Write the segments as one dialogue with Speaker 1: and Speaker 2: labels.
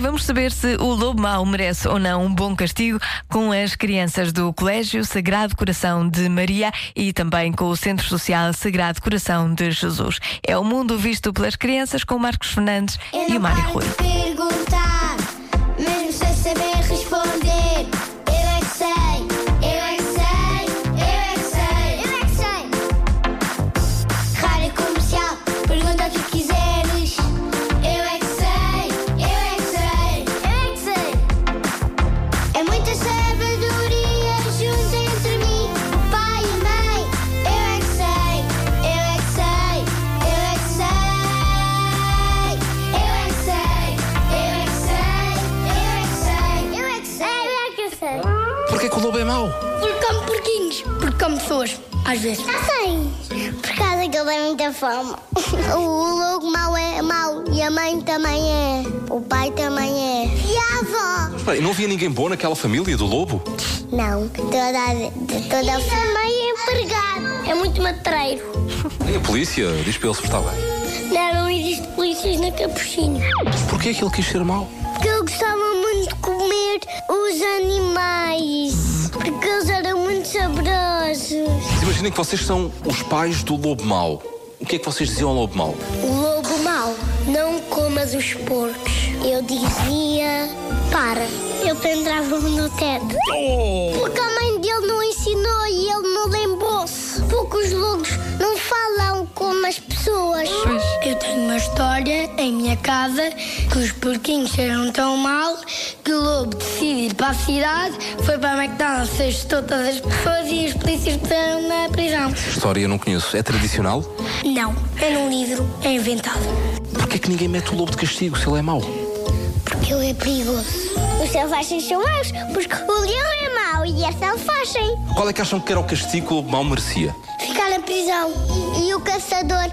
Speaker 1: Vamos saber se o lobo mau merece ou não um bom castigo com as crianças do Colégio Sagrado Coração de Maria e também com o Centro Social Sagrado Coração de Jesus. É o mundo visto pelas crianças com Marcos Fernandes
Speaker 2: Eu
Speaker 1: e
Speaker 2: não
Speaker 1: o Mário
Speaker 2: paro
Speaker 1: Rui.
Speaker 2: de perguntar, mesmo sem saber responder. Eu é que sei, eu é que sei, eu é que sei, eu é que sei. Rádio comercial, pergunta o que quiseres. Eu é que sei, eu é que sei, eu é que sei. É muita sabedoria junto entre mim, o pai e a mãe. Eu é que sei, eu é que sei, eu é que sei. Eu é que sei, eu é que sei, eu é que sei, eu é que sei. Eu é que sei.
Speaker 3: Porquê que o lobo é mau?
Speaker 2: Porque como porquinhos. Porque como pessoas, às vezes. Ah, sei. Por causa que ele tem muita fome. O lobo mau é mau. E a mãe também é. O pai também é. E a avó?
Speaker 3: Espera, aí, não havia ninguém bom naquela família do lobo?
Speaker 2: Não. Toda a... Toda e também é empregado. É muito matreiro.
Speaker 3: Nem a polícia diz para ele se portar bem.
Speaker 2: Não, não existe polícias na capuchinha.
Speaker 3: Porquê é que ele quis ser mau?
Speaker 2: Porque eu gostava muito de comer os animais. Porque eles eram muito saborosos.
Speaker 3: Mas imaginem que vocês são os pais do lobo mau. O que é que vocês diziam ao lobo mau?
Speaker 2: O lobo mau, não comas os porcos. Eu dizia, para. Eu pendurava-me no teto.
Speaker 3: Oh.
Speaker 2: Porque a mãe dele não ensinou e ele não lembrou-se. Porque os lobos não falam como as pessoas.
Speaker 1: Pois.
Speaker 2: Eu tenho uma história em minha casa que os porquinhos eram tão mal que o lobo decidiu ir para a cidade, foi para a McDonald's, assustou todas as pessoas e os polícias puseram na prisão.
Speaker 3: História eu não conheço. É tradicional?
Speaker 2: Não, é num livro, é inventado.
Speaker 3: Porquê é que ninguém mete o lobo de castigo se ele é mau?
Speaker 2: Porque ele é perigoso. Os selvagens são maus, porque o leão é mau e é selvagem.
Speaker 3: Qual é que acham que era o castigo que o lobo mau merecia?
Speaker 2: Ficar na prisão. E o caçador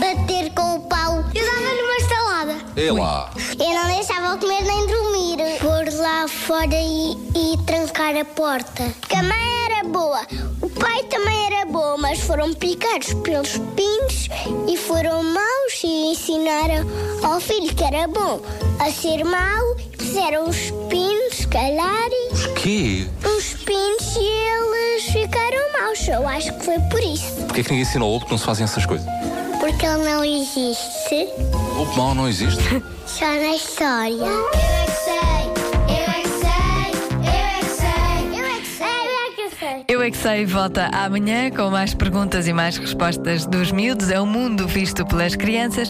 Speaker 2: bater com o pau. Eu dava numa estalada.
Speaker 3: É lá.
Speaker 2: Eu não deixava comer nem dormir. Pôr lá fora e, e trancar a porta. Porque a mãe era boa, o pai também era bom, mas foram picados pelos pinos e foram maus e ensinaram ao filho que era bom a ser mau. Fizeram os pinos, se calhar, e
Speaker 3: Os quê?
Speaker 2: os pinos e eles ficaram maus. Eu acho que foi por isso.
Speaker 3: Porquê é que ninguém ensina ao lobo que não se fazem essas coisas?
Speaker 2: Porque ele não existe.
Speaker 3: O lobo mau não existe.
Speaker 2: Só na história. Eu é que sei, eu é que sei, eu é que sei, eu é que sei, eu é que sei.
Speaker 1: Eu é que sei, volta amanhã com mais perguntas e mais respostas dos miúdos. É o mundo visto pelas crianças.